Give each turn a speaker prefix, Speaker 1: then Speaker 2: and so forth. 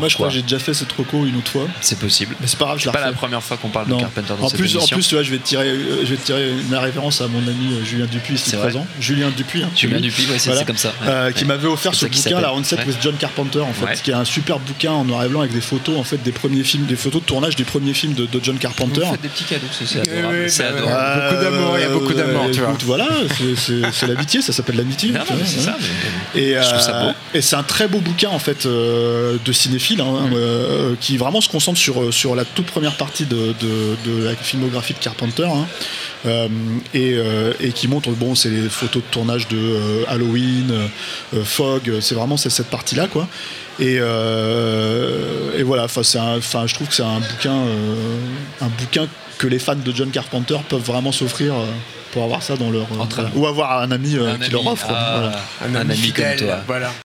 Speaker 1: Moi, je crois que j'ai déjà fait cette reco une autre fois.
Speaker 2: C'est possible.
Speaker 1: Mais c'est pas grave, je
Speaker 2: C'est
Speaker 1: la
Speaker 2: pas la
Speaker 1: refais.
Speaker 2: première fois qu'on parle
Speaker 1: Non.
Speaker 2: de Carpenter dans
Speaker 1: En
Speaker 2: cette
Speaker 1: plus, en
Speaker 2: émission.
Speaker 1: plus, tu vois, je vais te tirer, euh, je vais te tirer la référence à mon ami euh, Julien Dupuis, ici
Speaker 2: C'est vrai.
Speaker 1: présent. Julien Dupuis, hein,
Speaker 2: Julien
Speaker 1: Dupuis,
Speaker 2: Dupuis, ouais, c'est
Speaker 1: Voilà.
Speaker 2: c'est comme ça.
Speaker 1: euh,
Speaker 2: Ouais.
Speaker 1: qui m'avait offert
Speaker 2: C'est
Speaker 1: ce
Speaker 2: ça qui
Speaker 1: bouquin,
Speaker 2: s'appelle.
Speaker 1: La Roundset
Speaker 2: Ouais.
Speaker 1: with John Carpenter, en fait,
Speaker 2: Ouais.
Speaker 1: qui est un super bouquin en noir et blanc avec des photos, en fait, des premiers films, des photos de tournage des premiers films de, de John Carpenter.
Speaker 3: Vous faites des petits cadeaux, c'est- c'est
Speaker 4: Oui,
Speaker 3: adorable.
Speaker 4: oui,
Speaker 3: c'est
Speaker 4: bah,
Speaker 3: adorable.
Speaker 1: Euh,
Speaker 4: Beaucoup d'amour, il y a beaucoup d'amour, tu vois.
Speaker 1: écoute, Voilà, c'est- c'est c'est l'amitié, ça s'appelle l'amitié.
Speaker 2: Non,
Speaker 1: tu
Speaker 2: non,
Speaker 1: vois,
Speaker 2: mais c'est
Speaker 1: hein.
Speaker 2: ça. mais-
Speaker 1: Et,
Speaker 2: Je trouve ça
Speaker 1: euh,
Speaker 2: beau.
Speaker 1: et c'est un très beau bouquin en fait euh, de cinéphile hein,
Speaker 2: Mm.
Speaker 1: euh, qui vraiment se concentre sur, euh, sur la toute première partie de, de- de la filmographie de Carpenter hein. Euh, et, euh, et qui montre bon c'est les photos de tournage de euh, Halloween, euh, Fog, c'est vraiment c'est cette partie là quoi. Et, euh, et voilà, enfin c'est un- enfin, je trouve que c'est un bouquin euh, un bouquin que les fans de John Carpenter peuvent vraiment s'offrir euh, pour avoir ça dans leur euh,
Speaker 2: Entre
Speaker 1: voilà. ou avoir un ami euh,
Speaker 2: Un
Speaker 1: qui
Speaker 2: ami,
Speaker 1: leur offre.
Speaker 2: ah,
Speaker 1: voilà.
Speaker 2: un ami comme
Speaker 4: fidèle,
Speaker 2: toi.
Speaker 4: Voilà.